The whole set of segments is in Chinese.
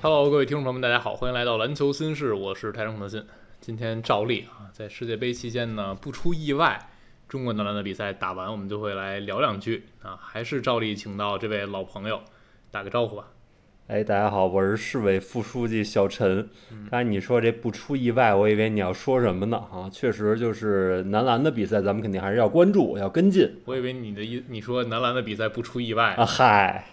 Hello，各位听众朋友们，大家好，欢迎来到篮球新事，我是台长孔德信。今天照例啊，在世界杯期间呢，不出意外，中国男篮的比赛打完，我们就会来聊两句啊。还是照例请到这位老朋友打个招呼吧。哎，大家好，我是市委副书记小陈。刚才你说这不出意外，我以为你要说什么呢？啊，确实就是男篮的比赛，咱们肯定还是要关注，要跟进我以为你的意你说男篮的比赛不出意外啊。嗨，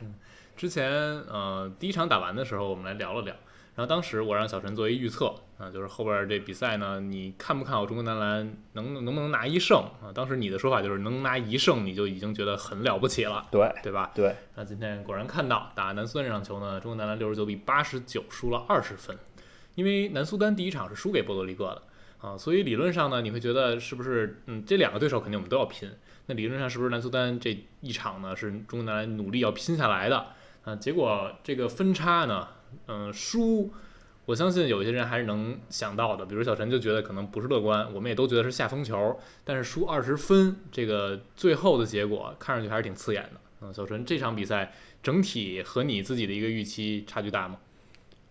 之前呃第一场打完的时候，我们来聊了聊。然后当时我让小陈做一预测啊、就是后边这比赛呢，你看不看好中国男篮能能不能拿一胜啊？当时你的说法就是能拿一胜，你就已经觉得很了不起了，对对吧？对，那今天果然看到打南苏丹这场球呢，中国男篮六十九比八十九输了二十分，因为南苏丹第一场是输给波多黎各的啊，所以理论上呢，你会觉得是不是嗯这两个对手肯定我们都要拼，那理论上是不是南苏丹这一场呢是中国男篮努力要拼下来的啊？结果这个分差呢，嗯、输。我相信有些人还是能想到的，比如小陈就觉得可能不是乐观，我们也都觉得是下风球，但是输二十分，这个最后的结果看上去还是挺刺眼的。嗯，小陈这场比赛整体和你自己的一个预期差距大吗？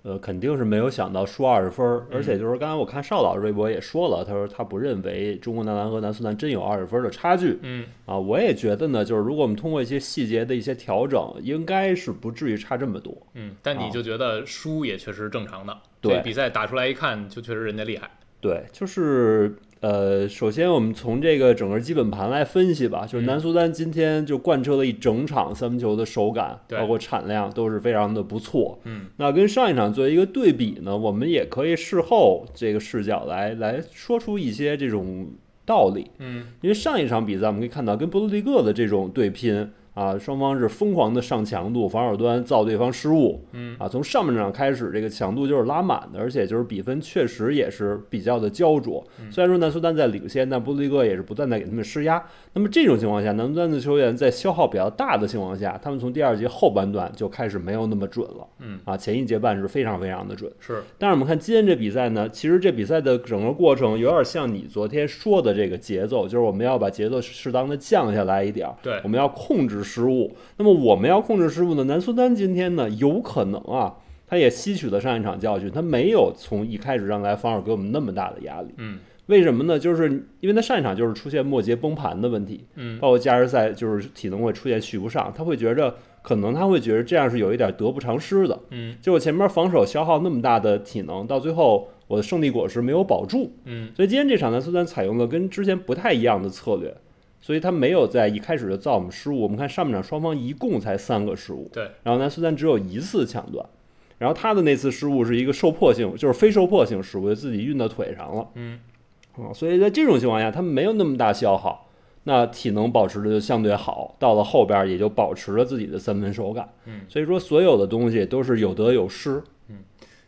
呃，肯定是没有想到输二十分儿，而且就是刚才我看邵老师微博也说了，他说他不认为中国男篮和南苏丹真有二十分儿的差距。嗯啊，我也觉得呢，就是如果我们通过一些细节的一些调整，应该是不至于差这么多。嗯，但你就觉得输也确实正常的，对这比赛打出来一看就确实人家厉害。对，就是呃，首先我们从这个整个基本盘来分析吧，嗯就是南苏丹今天就贯彻了一整场三分球的手感，对包括产量都是非常的不错。嗯那跟上一场作为一个对比呢，我们也可以事后这个视角来来说出一些这种道理，嗯因为上一场比赛我们可以看到跟波多黎各的这种对拼。啊，双方是疯狂的上强度，防守端造对方失误，嗯啊，从上半场开始，这个强度就是拉满的，而且就是比分确实也是比较的焦灼。嗯虽然说南苏丹在领先，但波多黎各也是不断在给他们施压。那么这种情况下，南苏丹的球员在消耗比较大的情况下，他们从第二节后半段就开始没有那么准了。嗯，啊，前一节半是非常非常的准。是但是我们看今天这比赛呢，其实这比赛的整个过程有点像你昨天说的这个节奏，就是我们要把节奏适当的降下来一点儿，对我们要控制失误。那么我们要控制失误呢，南苏丹今天呢有可能啊，他也吸取了上一场教训，他没有从一开始让来防守给我们那么大的压力。嗯为什么呢？就是因为他上一场就是出现末节崩盘的问题，嗯包括加时赛就是体能会出现续不上，他会觉着可能他会觉得这样是有一点得不偿失的。嗯就我前面防守消耗那么大的体能，到最后我的胜利果实没有保住，嗯所以今天这场南苏丹采用了跟之前不太一样的策略，所以他没有在一开始就造我们失误。我们看上半场双方一共才三个失误，对，然后南苏丹只有一次抢断，然后他的那次失误是一个受迫性，就是非受迫性失误，就自己运到腿上了。嗯啊，所以在这种情况下，他们没有那么大消耗，那体能保持的就相对好，到了后边儿也就保持了自己的三分手感。嗯，所以说所有的东西都是有得有失。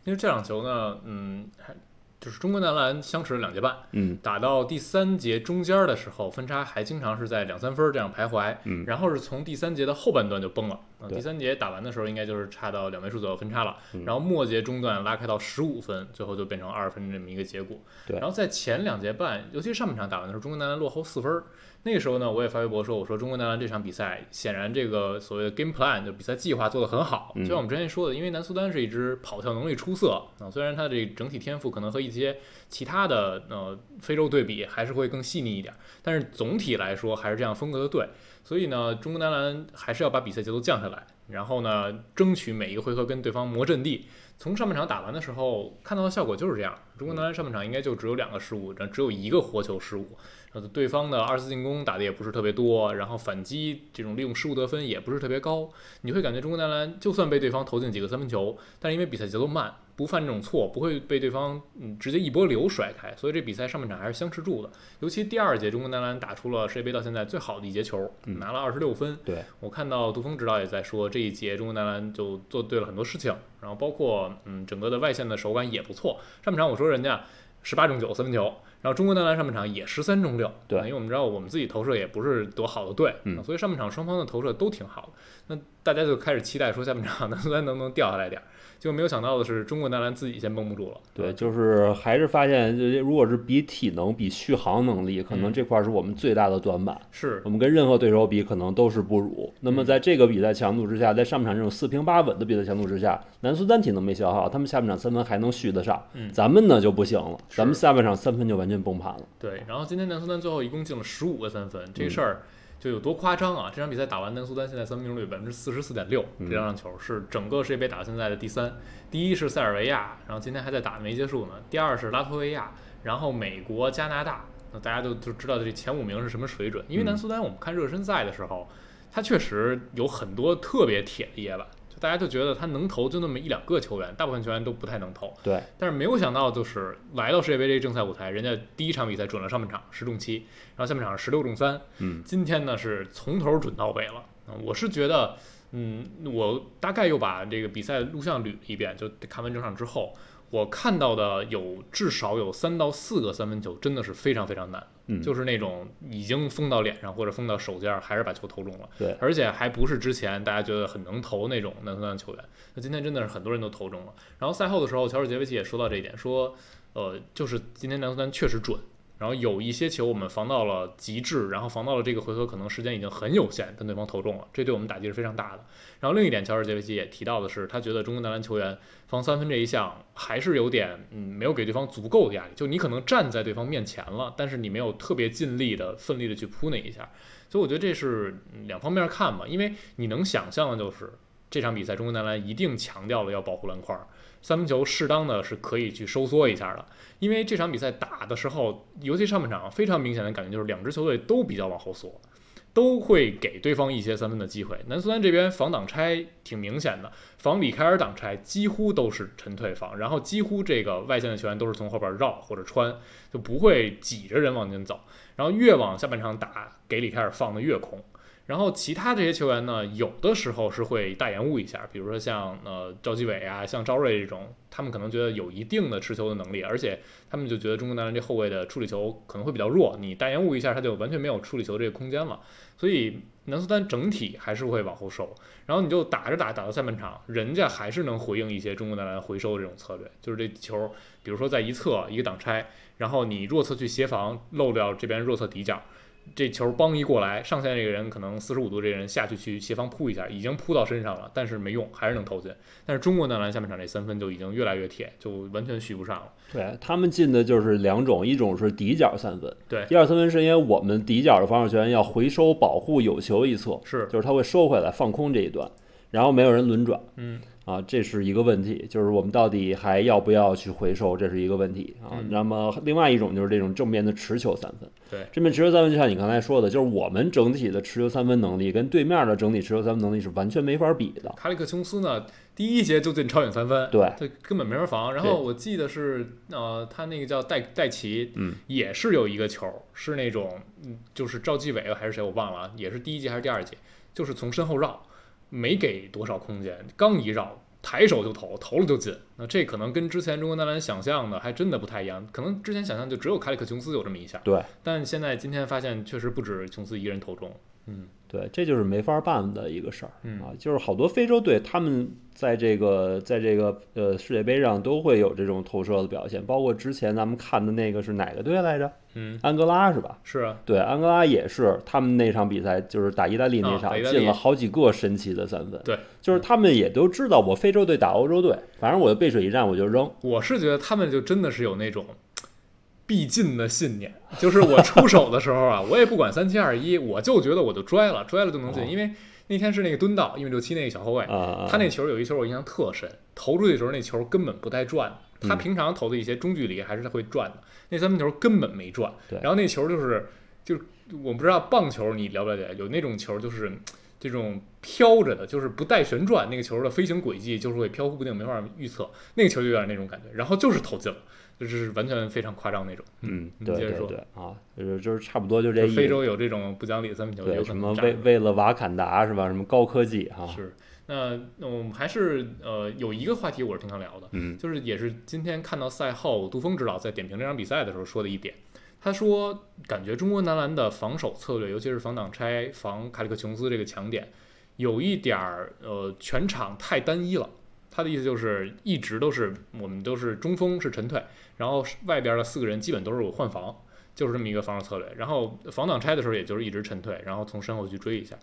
因为这场球呢，嗯，还就是中国男篮相持了两节半，嗯打到第三节中间的时候，分差还经常是在两三分这样徘徊，嗯然后是从第三节的后半段就崩了，啊，对第三节打完的时候应该就是差到两位数左右分差了，嗯然后末节中段拉开到十五分，最后就变成二十分这么一个结果，对然后在前两节半，尤其是上半场打完的时候，中国男篮落后四分儿，那个时候呢，我也发微博说，我说中国男篮这场比赛显然这个所谓的 game plan 就比赛计划做得很好，嗯就像我们之前说的，因为南苏丹是一支跑跳能力出色啊，虽然他这整体天赋可能和一些其他的呃非洲对比还是会更细腻一点，但是总体来说还是这样风格的队，所以呢，中国男篮还是要把比赛节奏降下来，然后呢，争取每一个回合跟对方磨阵地。从上半场打完的时候看到的效果就是这样，中国男篮上半场应该就只有两个失误，然后只有一个活球失误，呃，对方的二次进攻打的也不是特别多，然后反击这种利用失误得分也不是特别高，你会感觉中国男篮就算被对方投进几个三分球，但是因为比赛节奏慢，不犯这种错，不会被对方嗯直接一波流甩开，所以这比赛上半场还是相持住的。尤其第二节，中国男篮打出了世界杯到现在最好的一节球，嗯拿了二十六分。对，我看到杜峰指导也在说，这一节中国男篮就做对了很多事情，然后包括嗯整个的外线的手感也不错。上半场我说人家十八中九三分球，然后中国男篮上半场也十三中六，对因为我们知道我们自己投射也不是多好的队，嗯啊所以上半场双方的投射都挺好的。那大家就开始期待说下半场南苏丹能不能掉下来点儿。结果没有想到的是，中国男篮自己先绷不住了。对，就是还是发现，就是如果是比体能、比续航能力，可嗯能这块儿是我们最大的短板。是我们跟任何对手比，可能都是不如。那么在这个比赛强度之下，在上半场这种四平八稳的比赛强度之下，南苏丹体能没消耗，他们下半场三分还能续得上，嗯咱们呢就不行了，是咱们下半场三分就完全崩盘了。对，然后今天南苏丹最后一共进了十五个三分，这事儿就有多夸张啊！这场比赛打完，南苏丹现在三分命中率百分之四十四点六，嗯这两场球是整个世界杯打到现在的第三，第一是塞尔维亚，然后今天还在打没结束呢，第二是拉脱维亚，然后美国、加拿大，那大家就就知道这前五名是什么水准。因为南苏丹我们看热身赛的时候，他确实有很多特别铁的野板。就大家就觉得他能投就那么一两个球员，大部分球员都不太能投。对，但是没有想到，就是来到世界杯这个正赛舞台，人家第一场比赛准了上半场十中七，然后下半场十六中三。嗯，今天呢是从头准到尾了。啊我是觉得，嗯，我大概又把这个比赛录像捋了一遍，就看完整场之后，我看到的有至少有三到四个三分球，真的是非常非常难，嗯就是那种已经封到脸上或者封到手尖儿，还是把球投中了。对而且还不是之前大家觉得很能投那种南苏丹球员，那今天真的是很多人都投中了。然后赛后的时候，乔治杰维奇也说到这一点，说，呃，就是今天南苏丹确实准，然后有一些球我们防到了极致，然后防到了这个回合可能时间已经很有限，但对方投中了，这对我们打击是非常大的。然后另一点，乔治杰维奇也提到的是，他觉得中国男篮球员防三分这一项还是有点，嗯，没有给对方足够的压力，就你可能站在对方面前了，但是你没有特别尽力的、奋力的去扑那一下。所以我觉得这是嗯两方面看吧，因为你能想象的就是这场比赛中国男篮一定强调了要保护篮筐，三分球适当的是可以去收缩一下的，因为这场比赛打的时候，尤其上半场非常明显的感觉就是两支球队都比较往后缩。都会给对方一些三分的机会。南苏丹这边防挡拆挺明显的，防里凯尔挡拆几乎都是沉退防，然后几乎这个外线的球员都是从后边绕或者穿，就不会挤着人往前走。然后越往下半场打，给里凯尔放的越空。然后其他这些球员呢，有的时候是会大延误一下，比如说像呃赵继伟啊、像赵睿这种，他们可能觉得有一定的持球的能力，而且他们就觉得中国男篮这后卫的处理球可能会比较弱，你大延误一下，他就完全没有处理球这个空间了。所以南苏丹整体还是会往后收，然后你就打着打打到下半场，人家还是能回应一些中国男篮回收的这种策略，就是这球，比如说在一侧一个挡拆，然后你弱侧去协防，漏掉这边弱侧底角，这球邦一过来，上线这个人可能四十五度这个人下去去协防扑一下，已经扑到身上了，但是没用，还是能投进。但是中国男篮下半场这三分就已经越来越铁，就完全续不上了。对他们进的就是两种，一种是底角三分，对底角三分是因为我们底角的防守球员要回收保护有球一侧，是，就是他会收回来放空这一段，然后没有人轮转。嗯，啊，这是一个问题，就是我们到底还要不要去回收，这是一个问题啊。嗯那么另外一种就是这种正面的持球三分，对，正面持球三分就像你刚才说的，就是我们整体的持球三分能力跟对面的整体持球三分能力是完全没法比的。卡里克琼斯呢，第一节就进超远三分，对，这根本没人防。然后我记得是呃，他那个叫戴戴奇，嗯，也是有一个球是那种，嗯，就是赵继伟还是谁我忘了啊，也是第一节还是第二节，就是从身后绕，没给多少空间，刚一绕。抬手就投，投了就进。那这可能跟之前中国男篮想象的还真的不太一样。可能之前想象就只有卡里克琼斯有这么一下，对但现在今天发现确实不止琼斯一个人投中。嗯，对，这就是没法办的一个事儿、嗯啊。就是好多非洲队他们在这个在这个呃世界杯上都会有这种投射的表现，包括之前咱们看的那个是哪个队来着？嗯，安哥拉是吧？是啊，对，安哥拉也是，他们那场比赛就是打意大利那啊场打意，大利进了好几个神奇的三分。对，就是他们也都知道，我非洲队打欧洲队，反正我就背水一战，我就扔。我是觉得他们就真的是有那种必进的信念，就是我出手的时候啊，我也不管三七二十一，我就觉得我就拽了，拽了就能哦进。因为那天是那个蹲到，因为六七那个小后卫，啊、他那球有一球我印象特深，投出去的时候那球根本不带转，嗯他平常投的一些中距离还是会转的，那三分球根本没转对。然后那球就是就是我不知道棒球你了不了解，有那种球就是嗯这种飘着的，就是不带旋转，那个球的飞行轨迹就是会飘忽不定，没法预测。那个球就有点那种感觉，然后就是投进了，就是完全非常夸张那种。嗯，你对接着对说对啊，就是就是差不多就这就意非思。洲有这种不讲理的三分球，有对，可什能么炸为为了瓦坎达是吧？什么高科技啊哈、是，那那我们还是呃有一个话题我是挺想聊的，嗯，就是也是今天看到赛后杜峰指导在点评这场比赛的时候说的一点，他说感觉中国男篮的防守策略，尤其是防挡拆、防卡里克琼斯这个强点，有一点儿呃全场太单一了。他的意思就是一直都是我们都是中锋是沉退，然后外边的四个人基本都是我换防，就是这么一个防守策略。然后防挡拆的时候，也就是一直沉退，然后从身后去追一下。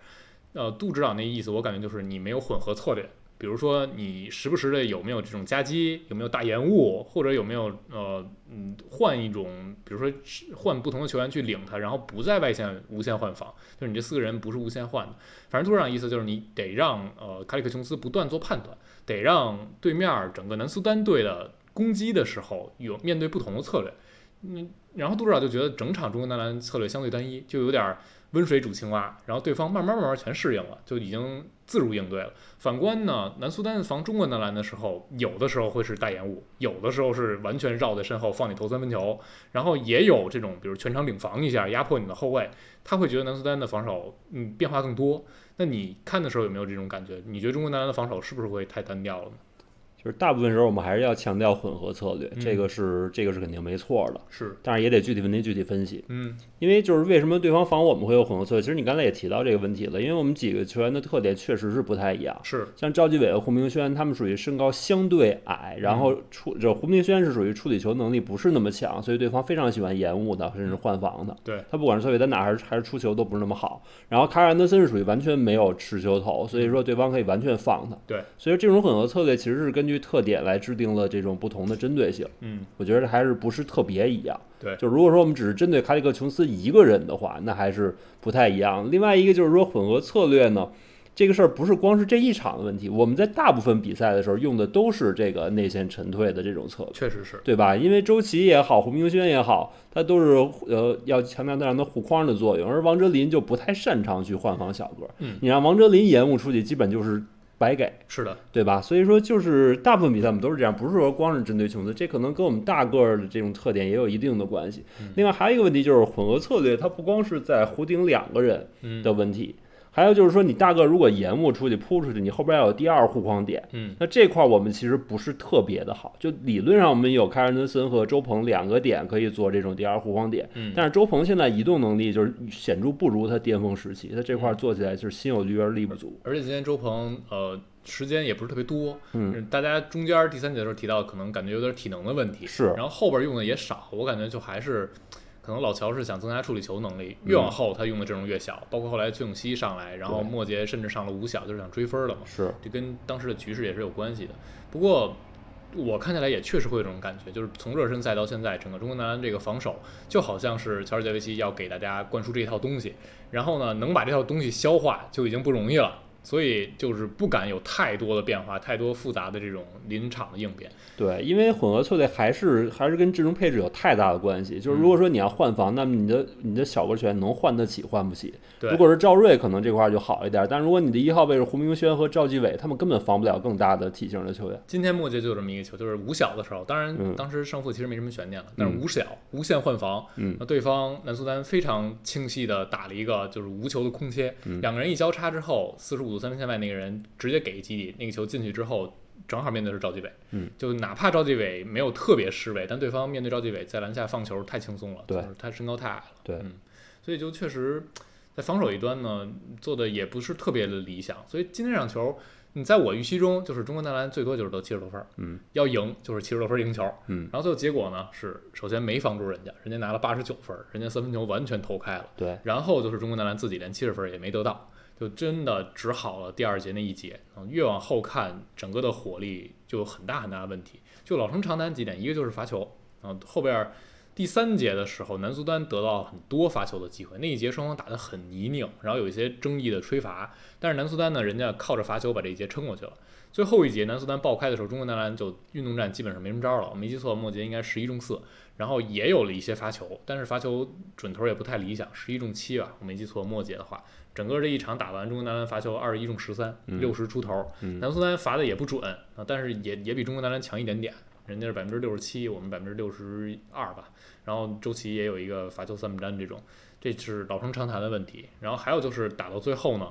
呃，杜指导那意思，我感觉就是你没有混合策略，比如说你时不时的有没有这种夹击，有没有大延误，或者有没有呃嗯换一种，比如说换不同的球员去领他，然后不在外线无限换防，就是你这四个人不是无限换的。反正杜指导意思就是你得让呃卡里克琼斯不断做判断，得让对面整个南苏丹队的攻击的时候有面对不同的策略。嗯，然后杜指导就觉得整场中国男篮策略相对单一，就有点儿温水煮青蛙，然后对方慢慢慢慢全适应了，就已经自如应对了。反观呢，南苏丹防中国男篮的时候，有的时候会是大延误，有的时候是完全绕在身后放你投三分球，然后也有这种比如全场领防一下压迫你的后卫，他会觉得南苏丹的防守嗯变化更多。那你看的时候有没有这种感觉？你觉得中国男篮的防守是不是会太单调了呢？就是大部分时候我们还是要强调混合策略，嗯这个是这个是肯定没错的，是，但是也得具体问题具体分析。嗯因为就是为什么对方防我们会有混合策略，其实你刚才也提到这个问题了，因为我们几个球员的特点确实是不太一样。是，像赵继伟和胡明轩，他们属于身高相对矮，然嗯后处这胡明轩是属于处理球能力不是那么强，所以对方非常喜欢延误的，甚至换防的。对，他不管是策位单打还是还是出球都不是那么好。然后卡尔安德森是属于完全没有持球头，所以说对方可以完全放他。嗯对，所以这种混合策略其实是根据特点来制定了这种不同的针对性。嗯我觉得还是不是特别一样。对就如果说我们只是针对卡里克琼斯一个人的话，那还是不太一样。另外一个就是说混合策略呢，这个事儿不是光是这一场的问题，我们在大部分比赛的时候用的都是这个内线沉退的这种策略。确实是，对吧？因为周琦也好，胡明轩也好，他都是呃要强调大量的护框的作用，而王哲林就不太擅长去换防小个。嗯，你让王哲林延误出去，基本就是白给。是的，对吧？所以说，就是大部分比赛我们都是这样，不是说光是针对琼斯，这可能跟我们大个儿的这种特点也有一定的关系。嗯另外还有一个问题就是混合策略，它不光是在弧顶两个人嗯的问题，还有就是说你大个儿如果延误出去扑出去，你后边要有第二护框点。嗯那这块儿我们其实不是特别的好，就理论上我们有凯尔德森和周鹏两个点可以做这种第二护框点，嗯，但是周鹏现在移动能力就是显著不如他巅峰时期，他这嗯块儿做起来就是心有余而力不足。而且今天周鹏呃时间也不是特别多，嗯，大家中间第三节的时候提到，可能感觉有点体能的问题，是然后后边用的也少，我感觉就还是。可能老乔是想增加处理球能力，越往后他用的阵容越小，包括后来崔永熙上来，然后对末节甚至上了五小，就是想追分了嘛。是，这跟当时的局势也是有关系的。不过我看起来也确实会有这种感觉，就是从热身赛到现在，整个中国男篮这个防守就好像是乔治杰维奇要给大家灌输这一套东西，然后呢，能把这套东西消化就已经不容易了。所以就是不敢有太多的变化，太多复杂的这种临场的应变。对，因为混合策略还是还是跟阵容配置有太大的关系。就是如果说你要换防，那么你的你的小个权能换得起换不起。对如果是赵睿，可能这块儿就好一点，但如果你的一号位是胡明轩和赵继伟，他们根本防不了更大的体型的球员。今天末节就有这么一个球，就是五小的时候，当然嗯当时胜负其实没什么悬念了，但是五小无限换防，嗯那对方南苏丹非常清晰的打了一个就是无球的空切，嗯两个人一交叉之后，四十五度三分线外那个人直接给一基底，那个球进去之后。正好面对的是赵继伟，嗯，就哪怕赵继伟没有特别失位，但对方面对赵继伟在篮下放球太轻松了，对就是他身高太矮了，对嗯，所以就确实在防守一端呢做的也不是特别的理想，所以今天这场球，你在我预期中就是中国男篮最多就是得七十多分，嗯，要赢就是七十多分赢球，嗯，然后最后结果呢是首先没防住人家，人家拿了八十九分，人家三分球完全投开了。对，然后就是中国男篮自己连七十分也没得到，就真的只好了第二节那一节。嗯越往后看，整个的火力就有很大很大的问题。就老生常谈几点，一个就是罚球啊，后边儿第三节的时候，南苏丹得到很多罚球的机会，那一节双方打得很泥泞，然后有一些争议的吹罚，但是南苏丹呢，人家靠着罚球把这一节撑过去了。最后一节南苏丹爆开的时候，中国男篮就运动战基本上没什么招了。我没记错，末节应该十一中四，然后也有了一些罚球，但是罚球准头也不太理想，十一中七吧，我没记错末节的话，整个这一场打完，中国男篮罚球二十一中十三，六十出头，嗯南苏丹罚的也不准啊，但是也也比中国男篮强一点点，人家是百分之六十七，我们百分之六十二吧，然后周琦也有一个罚球三不沾这种，这是老生常谈的问题。然后还有就是打到最后呢，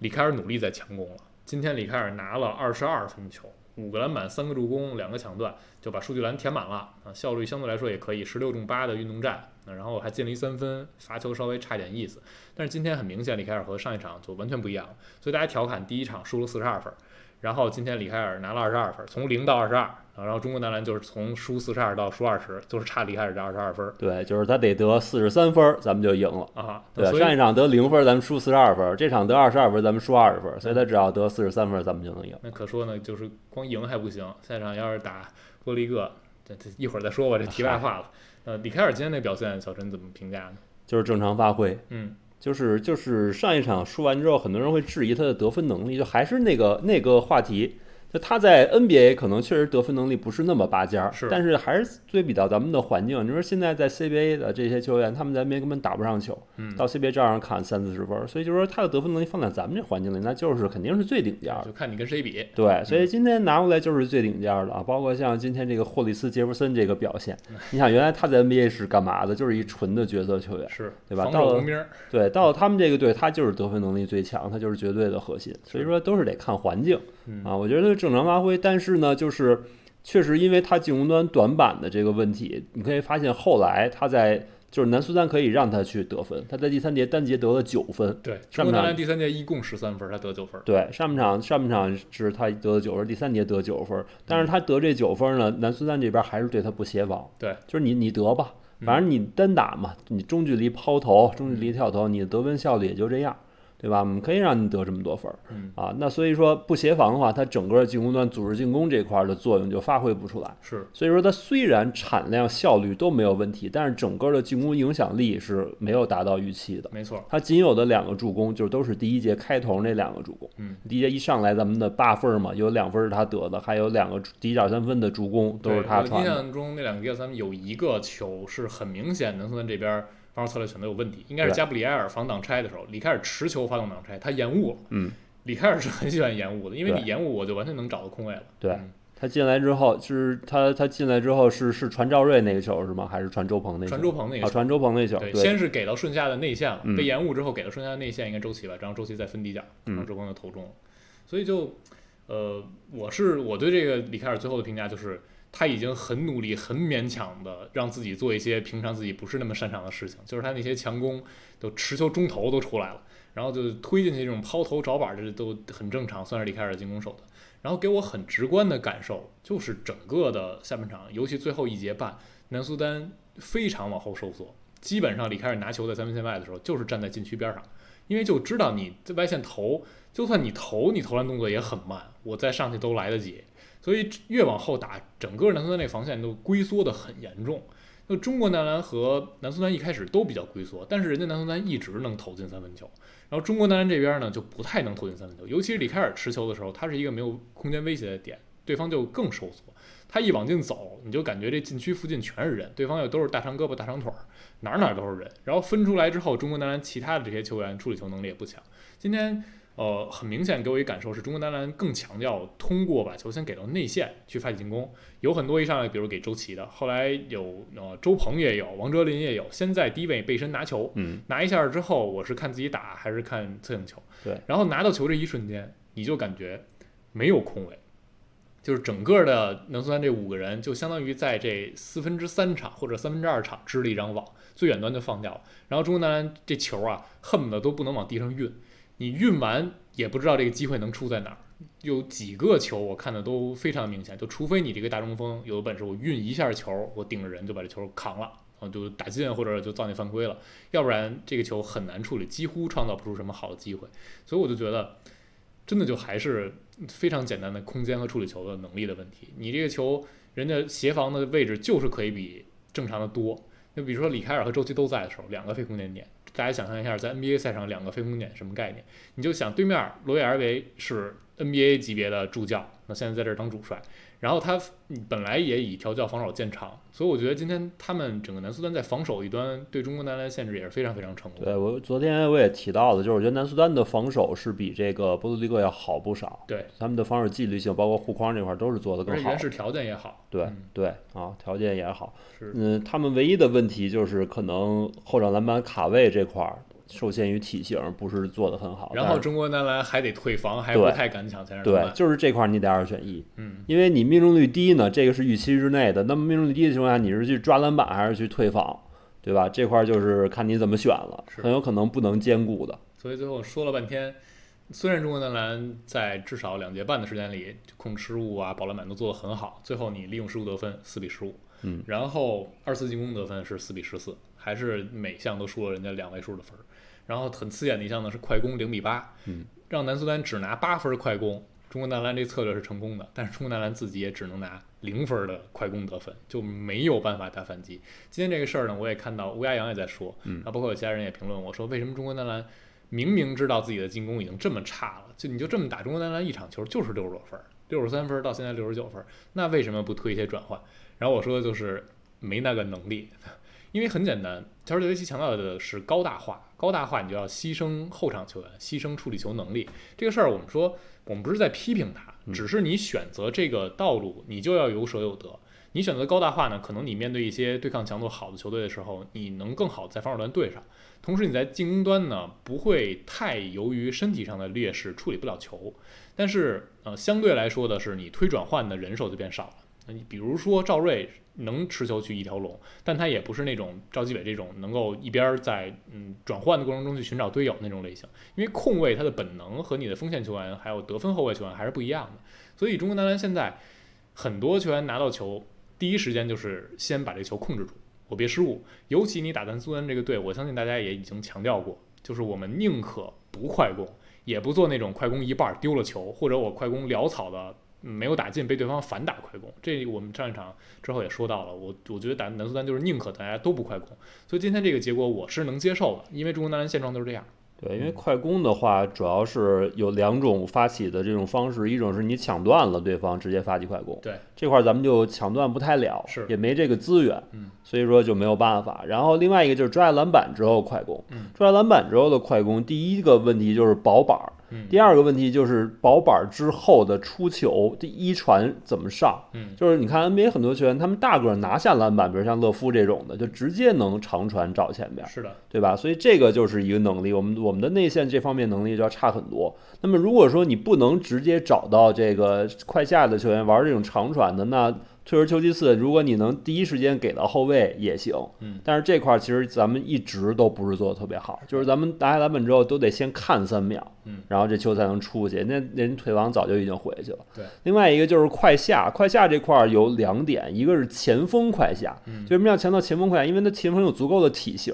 里凯尔努力在强攻了，今天里凯尔拿了二十二分球，五个篮板、三个助攻、两个抢断，就把数据栏填满了啊，效率相对来说也可以，十六中八的运动战，啊然后还进了一三分，罚球稍微差点意思。但是今天很明显，里凯尔和上一场就完全不一样了，所以大家调侃第一场输了四十二分，然后今天里凯尔拿了二十二分，从零到二十二，然后中国男篮就是从输四十二到输二十，就是差里凯尔这二十二分儿对，就是他得得四十三分儿，咱们就赢了。啊，对，所以上一场得零分儿，咱们输四十二分儿；这场得二十二分儿，咱们输二十分儿。所以他只要得四十三分儿，咱们就能赢。那可说呢，就是光赢还不行，下一场要是打波利各，这这一会儿再说吧，这题外话了。呃，里凯尔今天那表现，小陈怎么评价呢？就是正常发挥，嗯，就是就是上一场输完之后，很多人会质疑他的得分能力，就还是那个那个话题，就他在 NBA 可能确实得分能力不是那么拔尖儿，是但是还是对比到咱们的环境，你说现在在 CBA 的这些球员，他们在 NBA 根本打不上球，嗯到 CBA 照样砍三四十分儿，所以就说他的得分能力放在咱们这环境里，那就是肯定是最顶尖儿的。就看你跟谁比。对，所以今天拿过来就是最顶尖儿的啊，包括像今天这个霍利斯·杰弗森这个表现，你想原来他在 NBA 是干嘛的？就是一纯的角色球员，是对吧防到守了红兵儿，对，到了他们这个队，他就是得分能力最强，他就是绝对的核心，所以说都是得看环境嗯啊。我觉得正常发挥，但是呢，就是确实因为他进攻端短板的这个问题，你可以发现后来他在就是南苏丹可以让他去得分，他在第三节单节得了九分，对，中上半场国男篮第三节一共十三分，他得九分。对，上半场上半场是他得了九分，第三节得九分，但是他得这九分呢，南苏丹这边还是对他不协防。对，就是你你得吧，反嗯正你单打嘛，你中距离抛投、中距离跳投，你的得分效率也就这样，对吧？我们可以让你得这么多分儿嗯啊。那所以说不协防的话，他整个进攻端组织进攻这块儿的作用就发挥不出来。是所以说，它虽然产量、效率都没有问题，但是整个的进攻影响力是没有达到预期的。没错，他仅有的两个助攻，就都是第一节开头那两个助攻。嗯，第一节一上来咱们的八分嘛，有两分是他得的，还有两个助第一脚三分的助攻都是对他我传印的。象中那两个咱们有一个球是很明显南苏丹这边防守策略选择有问题，应该是对加布里埃尔防挡拆的时候，里凯尔持球发动挡拆，他延误了。嗯，里凯尔是很喜欢延误的，因为对你延误我就完全能找到空位了。对嗯他进来之后，就是他他进来之后是是传赵睿那个球是吗？还是传周鹏那球？传周鹏那个啊，传周鹏那球。对，对，先是给到顺下的内线了，嗯被延误之后给到顺下的内线，应该周琦吧，然后周琦再分底角，然后周鹏就投中了。所以就，呃，我是我对这个里凯尔最后的评价就是，他已经很努力、很勉强的让自己做一些平常自己不是那么擅长的事情，就是他那些强攻都持球中投都出来了，然后就推进去这种抛投找板，这都很正常，算是里凯尔的进攻手段。然后给我很直观的感受就是整个的下半场，尤其最后一节半，南苏丹非常往后收缩，基本上里凯尔拿球在三分线外的时候，就是站在禁区边上，因为就知道你在外线投，就算你投，你投篮动作也很慢，我再上去都来得及。所以越往后打，整个南苏丹这防线都龟缩得很严重。就中国男篮和南苏丹一开始都比较龟缩，但是人家南苏丹一直能投进三分球，然后中国男篮这边呢就不太能投进三分球，尤其是里凯尔持球的时候，他是一个没有空间威胁的点，对方就更收缩。他一往进走，你就感觉这禁区附近全是人，对方又都是大长胳膊大长腿儿，哪儿哪儿都是人。然后分出来之后，中国男篮其他的这些球员处理球能力也不强。今天呃，很明显给我一感受是中国男篮更强调通过把球先给到内线去发起进攻，有很多一上来比如给周琦的，后来有呃周鹏也有，王哲林也有，先在低位背身拿球，嗯，拿一下之后，我是看自己打还是看侧应球？对，然后拿到球这一瞬间，你就感觉没有空位，就是整个的能算这五个人，就相当于在这四分之三场或者三分之二场织了一张网，最远端就放掉了。然后中国男篮这球啊，恨不得都不能往地上运，你运完也不知道这个机会能出在哪儿。有几个球我看的都非常明显，就除非你这个大中锋有本事，我运一下球，我顶着人就把这球扛了，然后就打进或者就造那犯规了。要不然这个球很难处理，几乎创造不出什么好的机会。所以我就觉得，真的就还是非常简单的空间和处理球的能力的问题。你这个球，人家协防的位置就是可以比正常的多。就比如说里凯尔和周琦都在的时候，两个飞空点点，大家想象一下，在 NBA 赛场两个飞空点什么概念？你就想对面罗伊尔维是 NBA 级别的助教，那现在在这儿当主帅，然后他本来也以调教防守见长，所以我觉得今天他们整个南苏丹在防守一端对中国男篮限制也是非常非常成功。对我昨天我也提到了，就是我觉得南苏丹的防守是比这个波多黎各要好不少，对，他们的防守纪律性，包括护框这块儿都是做得而更且好原的。始条件也好，对嗯对啊，条件也好。是嗯，他们唯一的问题就是可能后场篮板卡位这块儿，受限于体型，不是做的很好。然但后是中国男篮还得退防，还对不太敢抢前对篮，。就是这块儿你得二选一，嗯，因为你命中率低呢，这个是预期之内的。那么命中率低的情况下，你是去抓篮板还是去退防，对吧？这块儿就是看你怎么选了，是很有可能不能兼顾的。所以最后说了半天，虽然中国男篮在至少两节半的时间里控失误啊、保篮板都做得很好，最后你利用失误得分四比十五，嗯，然后二次进攻得分是四比十四，还是每项都输了人家两位数的分儿。然后很刺眼的一项呢是快攻零比八，嗯，让南苏丹只拿八分快攻。中国男篮这策略是成功的，但是中国男篮自己也只能拿零分的快攻得分，就没有办法打反击。今天这个事儿呢，我也看到乌鸦杨也在说，嗯然后包括有其他人也评论我说，为什么中国男篮明明知道自己的进攻已经这么差了，就你就这么打中国男篮一场球就是六十多分儿，六十三分儿到现在六十九分儿，那为什么不推一些转换？然后我说的就是没那个能力，因为很简单，乔治维奇强调的是高大化，高大化你就要牺牲后场球员，牺牲处理球能力这个事儿，我们说我们不是在批评他，只是你选择这个道路，你就要有舍有得。你选择高大化呢，可能你面对一些对抗强度好的球队的时候，你能更好地在防守端对上。同时你在进攻端呢，不会太由于身体上的劣势处理不了球，但是呃，相对来说的是你推转换的人手就变少了。那你比如说赵睿能持球去一条龙，但他也不是那种赵继伟这种能够一边儿在嗯转换的过程中去寻找队友那种类型，因为控卫他的本能和你的锋线球员还有得分后卫球员还是不一样的，所以中国男篮现在很多球员拿到球，第一时间就是先把这球控制住，我别失误，尤其你打咱苏丹这个队，我相信大家也已经强调过，就是我们宁可不快攻，也不做那种快攻一半儿丢了球，或者我快攻潦草的嗯没有打进，被对方反打快攻。这我们上一场之后也说到了，我我觉得打南苏丹就是宁可大家都不快攻，所以今天这个结果我是能接受的，因为中国男篮现状就是这样。对，嗯因为快攻的话，主要是有两种发起的这种方式，一种是你抢断了对方，直接发起快攻。对，这块儿咱们就抢断不太了，是也没这个资源，嗯，所以说就没有办法。然后另外一个就是抓下篮板之后快攻，嗯，抓下篮板之后的快攻，第一个问题就是保板儿，嗯第二个问题就是保板儿之后的出球，第一传怎么上？嗯，就是你看 NBA 很多球员，他们大个儿拿下篮板，比如像勒夫这种的，就直接能长传找前边。是的，对吧？所以这个就是一个能力，我们我们的内线这方面能力就要差很多。那么如果说你不能直接找到这个快下的球员玩这种长传的，那退而求其次，如果你能第一时间给到后卫也行。嗯，但是这块儿其实咱们一直都不是做的特别好，就是咱们拿下篮板之后都得先看三秒，嗯，然后这球才能出去。那那人腿王早就已经回去了。对，另外一个就是快下，快下这块儿有两点，一个是前锋快下，嗯就为什么要强调前锋快下？因为他前锋有足够的体型。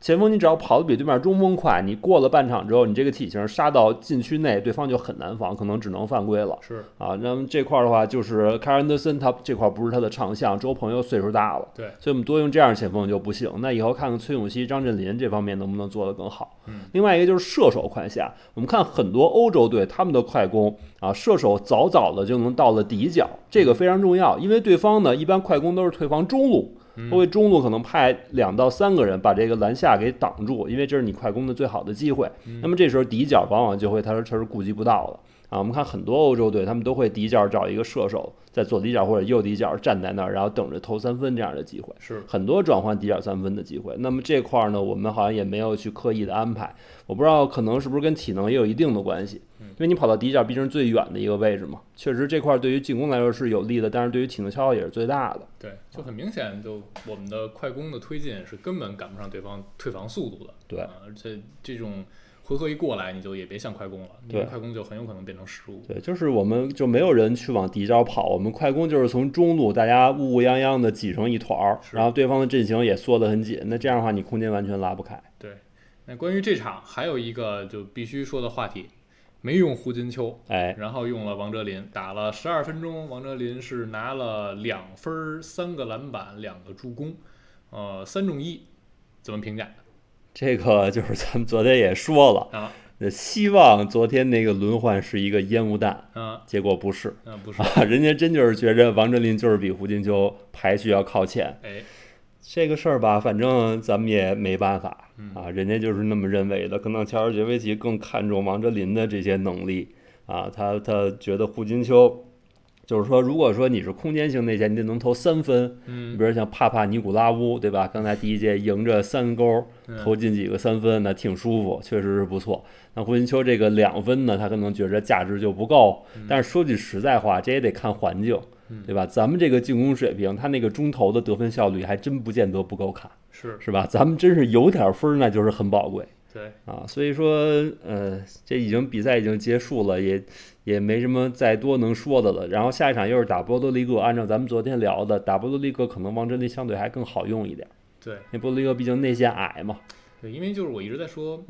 前锋你只要跑得比对面中锋快，你过了半场之后，你这个体型杀到禁区内，对方就很难防，可能只能犯规了是啊。那么这块儿的话，就是凯尔安德森他这块儿不是他的长项，周鹏又岁数大了，对，所以我们多用这样的前锋就不行。那以后看看崔永熙、张镇麟这方面能不能做得更好。嗯另外一个就是射手快下，我们看很多欧洲队他们的快攻啊，射手早早的就能到了底角，这个非常重要，因为对方呢一般快攻都是退防中路。后卫中路可能派两到三个人把这个篮下给挡住，因为这是你快攻的最好的机会。那么这时候底角往往就会他说他是顾及不到了啊。我们看很多欧洲队，他们都会底角找一个射手，在左底角或者右底角站在那儿，然后等着投三分这样的机会。是，很多转换底角三分的机会。那么这块儿呢，我们好像也没有去刻意的安排，我不知道可能是不是跟体能也有一定的关系，因为你跑到底角毕竟是最远的一个位置嘛，确实这块儿对于进攻来说是有利的，但是对于体能消耗也是最大的。对，就很明显，就我们的快攻的推进是根本赶不上对方退防速度的。对啊而且这种回合一过来，你就也别想快攻了，因为对快攻就很有可能变成失误。对，就是我们就没有人去往底角跑，我们快攻就是从中路大家乌乌泱泱的挤成一团儿，是然后对方的阵型也缩得很紧，那这样的话你空间完全拉不开。对，那关于这场还有一个就必须说的话题，没用胡金秋，哎，然后用了王哲林，打了十二分钟，王哲林是拿了两分儿、三个篮板、两个助攻，呃，三中一，怎么评价这个 就是咱们昨天也说了，啊？那希望昨天那个轮换是一个烟雾弹，啊，结果不是 那不是，啊，人家真就是觉着王哲林就是比胡金秋排序要靠前。哎，这个事儿吧，反正咱们也没办法嗯啊，人家就是那么认为的。可能乔尔杰维奇更看重王哲林的这些能力啊，他他觉得胡金秋就是说，如果说你是空间型内线，你得能投三分。嗯你比如像帕帕尼古拉乌，对吧？刚才第一节迎着三勾嗯投进几个三分，那挺舒服，确实是不错。那胡金秋这个两分呢，他可能觉着价值就不够。但是说句实在话，这也得看环境，对吧？咱们这个进攻水平，他那个中投的得分效率还真不见得不够看，是是吧？咱们真是有点分儿，那就是很宝贵。对，啊，所以说，呃，这已经比赛已经结束了，也也没什么再多能说的了。然后下一场又是打波多黎各，按照咱们昨天聊的，打波多黎各可能王真力相对还更好用一点，对因为波多黎各毕竟内线矮嘛。对，因为就是我一直在说，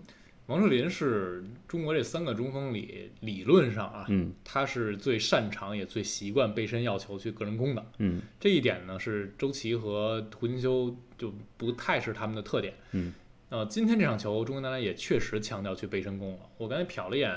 王哲林是中国这三个中锋里理论上啊，嗯他是最擅长也最习惯背身要球去个人攻的。嗯这一点呢是周琦和胡金修就不太是他们的特点。嗯，呃，今天这场球中国男篮也确实强调去背身攻了。我刚才瞟了一眼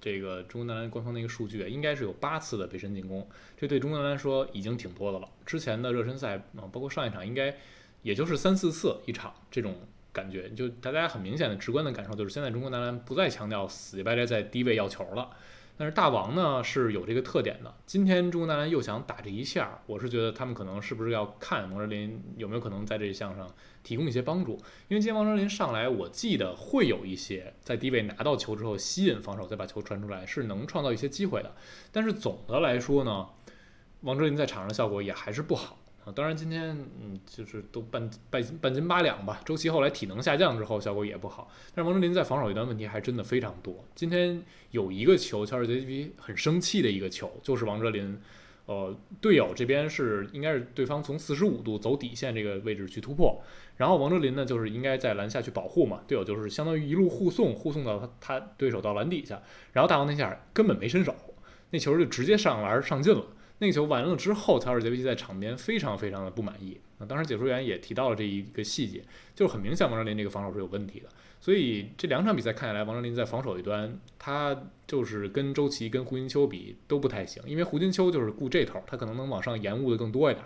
这个中国男篮官方的一个数据，应该是有八次的背身进攻，这对中国男篮来说已经挺多的了。之前的热身赛啊、呃包括上一场，应该也就是三四次一场这种。感觉就大家很明显的直观的感受就是，现在中国男篮不再强调死乞白赖在低位要球了，但是大王呢是有这个特点的。今天中国男篮又想打这一下儿，我是觉得他们可能是不是要看王哲林有没有可能在这一项上提供一些帮助。因为今天王哲林上来，我记得会有一些在低位拿到球之后吸引防守，再把球传出来，是能创造一些机会的。但是总的来说呢，王哲林在场上的效果也还是不好。啊，当然，今天嗯，就是都半半斤半斤八两吧。周琦后来体能下降之后，效果也不好。但是王哲林在防守一端问题还真的非常多。今天有一个球，乔尔杰皮很生气的一个球，就是王哲林，呃，队友这边是应该是对方从四十五度走底线这个位置去突破，然后王哲林呢就是应该在篮下去保护嘛，队友就是相当于一路护送，护送到他他对手到篮底下，然后大王那下根本没伸手，那球就直接上篮上进了。那个球完了之后，乔尔杰维奇在场边非常非常的不满意。那当时解说员也提到了这一个细节，就是很明显王哲林这个防守是有问题的。所以这两场比赛看下来，王哲林在防守一端，他就是跟周琦、跟胡金秋比都不太行，因为胡金秋就是顾这头，他可能能往上延误的更多一点。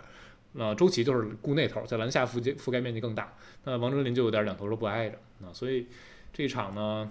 那、周琦就是顾那头，在篮下覆盖覆盖面积更大。那王哲林就有点两头都不挨着啊、所以这一场呢，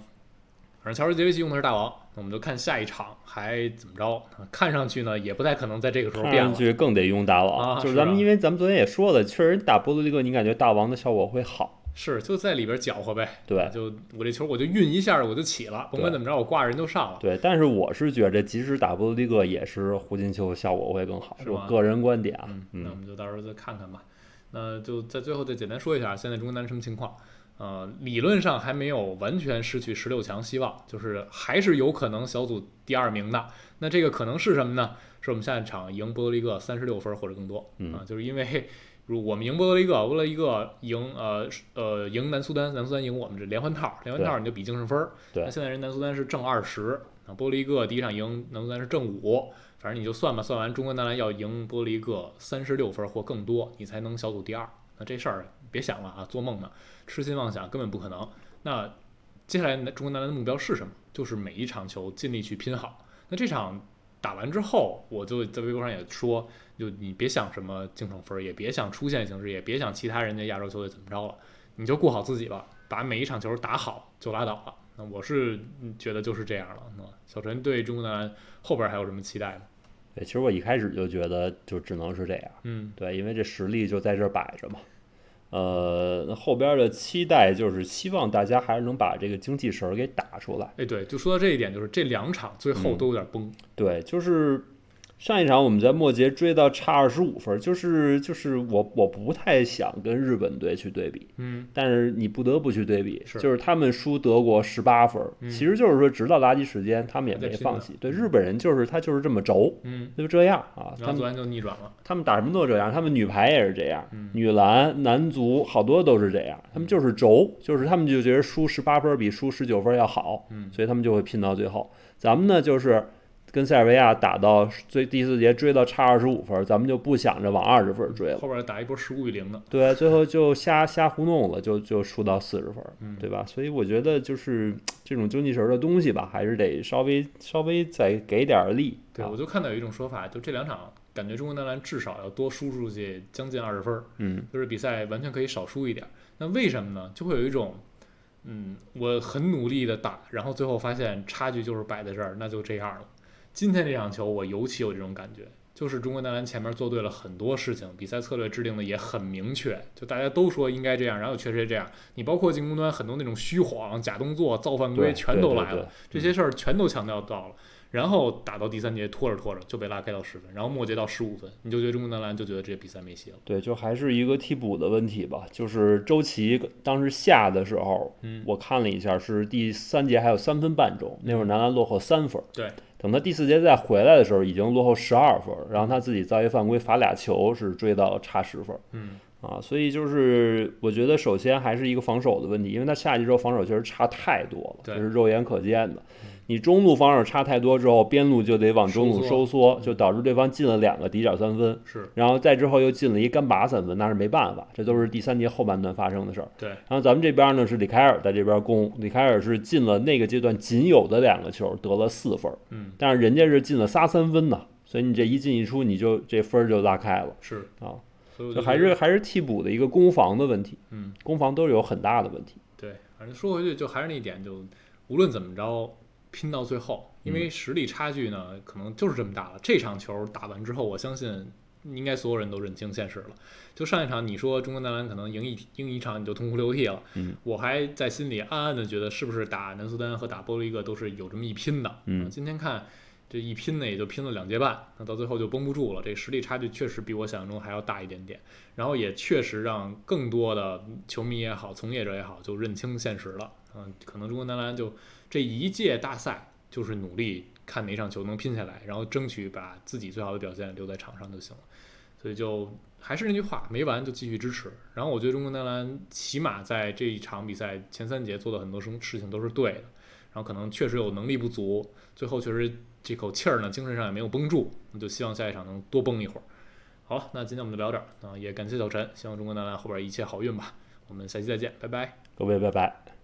反正乔治杰维奇用的是大王，那我们就看下一场还怎么着。啊看上去呢，也不太可能在这个时候看变上了。去更得用大王，嗯啊就是是咱们啊因为咱们昨天也说了，确实打波多黎各，你感觉大王的效果会好，是，就在里边搅和呗。对就我这球我就运一下我就起了，甭管对怎么着，我挂着人就上了。对。但是我是觉着，即使打波多黎各，也是胡金秋效果会更好，是是我吗个人观点啊。嗯，那我嗯们就到时候再看看吧。那就在最后再简单说一下，现在中国男篮什么情况？呃，理论上还没有完全失去十六强希望，就是还是有可能小组第二名的。那这个可能是什么呢？是我们下一场赢波多黎各三十六分或者更多嗯啊，就是因为如我们赢波多黎各，波多黎各赢呃呃赢南苏丹，南苏丹赢我们，这连环套，连环套你就比净胜分儿。对那现在人南苏丹是正二十啊，波多黎各第一场赢南苏丹是正五，反正你就算吧，算完中国男篮要赢波多黎各三十六分或更多，你才能小组第二。那这事儿别想了啊，做梦呢，痴心妄想根本不可能。那接下来中国男篮的目标是什么？就是每一场球尽力去拼好。那这场打完之后，我就在微博上也说，就你别想什么净胜分儿，也别想出线形势，也别想其他人家亚洲球队怎么着了，你就顾好自己吧，把每一场球打好就拉倒了。那我是嗯觉得就是这样了。那小陈对中国男篮后边还有什么期待吗？对，其实我一开始就觉得就只能是这样。嗯对，因为这实力就在这儿摆着嘛。呃，那后边的期待就是希望大家还是能把这个精气神儿给打出来。哎，对，就说到这一点，就是这两场最后都有点崩。对，就是上一场我们在末节追到差二十五分儿，就是就是我我不太想跟日本队去对比，嗯但是你不得不去对比，是就是他们输德国十八分儿，嗯其实就是说直到垃圾时间他们也还在没拼放呢弃。对，日本人就是他就是这么轴，嗯，就这样啊，然他后们昨天就逆转了。他们打什么都这样，他们女排也是这样，嗯女篮、男足好多都是这样，他们就是轴，就是他们就觉得输十八分比输十九分要好，嗯所以他们就会拼到最后。咱们呢就是跟塞尔维亚打到最第四节追到差二十五分，咱们就不想着往二十分追了，后边打一波十五比零的。对，啊最后就瞎瞎胡弄了，就就输到四十分，嗯对吧？所以我觉得就是这种精气神儿的东西吧，还是得稍微稍微再给点儿力，对，啊我就看到有一种说法，就这两场感觉中国男篮至少要多输出去将近二十分儿，嗯。就是比赛完全可以少输一点儿。那为什么呢？就会有一种，嗯，我很努力的打，然后最后发现差距就是摆在这儿，那就这样了。今天这场球我尤其有这种感觉，就是中国男篮前面做对了很多事情，比赛策略制定的也很明确，就大家都说应该这样，然后确实这样。你包括进攻端很多那种虚晃、假动作、造犯规， 对全都对对来了，这对些事儿全都强调到了。然后打到第三节，拖着拖着就被拉开到十分，然后末节到十五分，你就觉得中国男篮就觉得这比赛没戏了。对，就还是一个替补的问题吧。就是周琦当时下的时候，嗯我看了一下，是第三节还有三分半钟，那会儿男篮落后三分。嗯对，等他第四节再回来的时候，已经落后十二分，然后他自己造一犯规罚俩球，是追到差十分。嗯，啊，所以就是我觉得，首先还是一个防守的问题，因为他下去之后防守确实差太多了，对嗯这是肉眼可见的。你中路防守差太多之后，边路就得往中路收嗯收缩，就导致对方进了两个底角三分，是然后再之后又进了一干拔三分，那是没办法，这都是第三节后半段发生的事儿。对，然后咱们这边呢是里凯尔在这边攻，里凯尔是进了那个阶段仅有的两个球，得了四分儿，嗯，但是人家是进了仨三分呢，所以你这一进一出，你就这分儿就拉开了是，啊，所以我就就还觉得是还是替补的一个攻防的问题，嗯，攻防都是有很大的问题，对，反正说回去就还是那一点，就无论怎么着拼到最后，因嗯为实力差距呢，可能就是这么大了。这场球打完之后，我相信应该所有人都认清现实了。就上一场你说中国男篮可能赢一赢一场你就痛哭流涕了，嗯，我还在心里暗暗的觉得是不是打南苏丹和打波利格都是有这么一拼的，嗯啊今天看。这一拼呢，也就拼了两节半，那到最后就绷不住了。这实力差距确实比我想象中还要大一点点。然后也确实让更多的球迷也好，从业者也好，就认清现实了。嗯，可能中国男篮就这一届大赛就是努力看哪场球能拼下来，然后争取把自己最好的表现留在场上就行了。所以就还是那句话，没完就继续支持。然后我觉得中国男篮起码在这一场比赛前三节做的很多事事情都是对的，然后可能确实有能力不足，最后确实这口气儿呢，精神上也没有绷住，那就希望下一场能多绷一会儿。好，那今天我们就聊这儿啊，也感谢小陈，希望中国男篮后边一切好运吧。我们下期再见，拜拜。各位拜拜。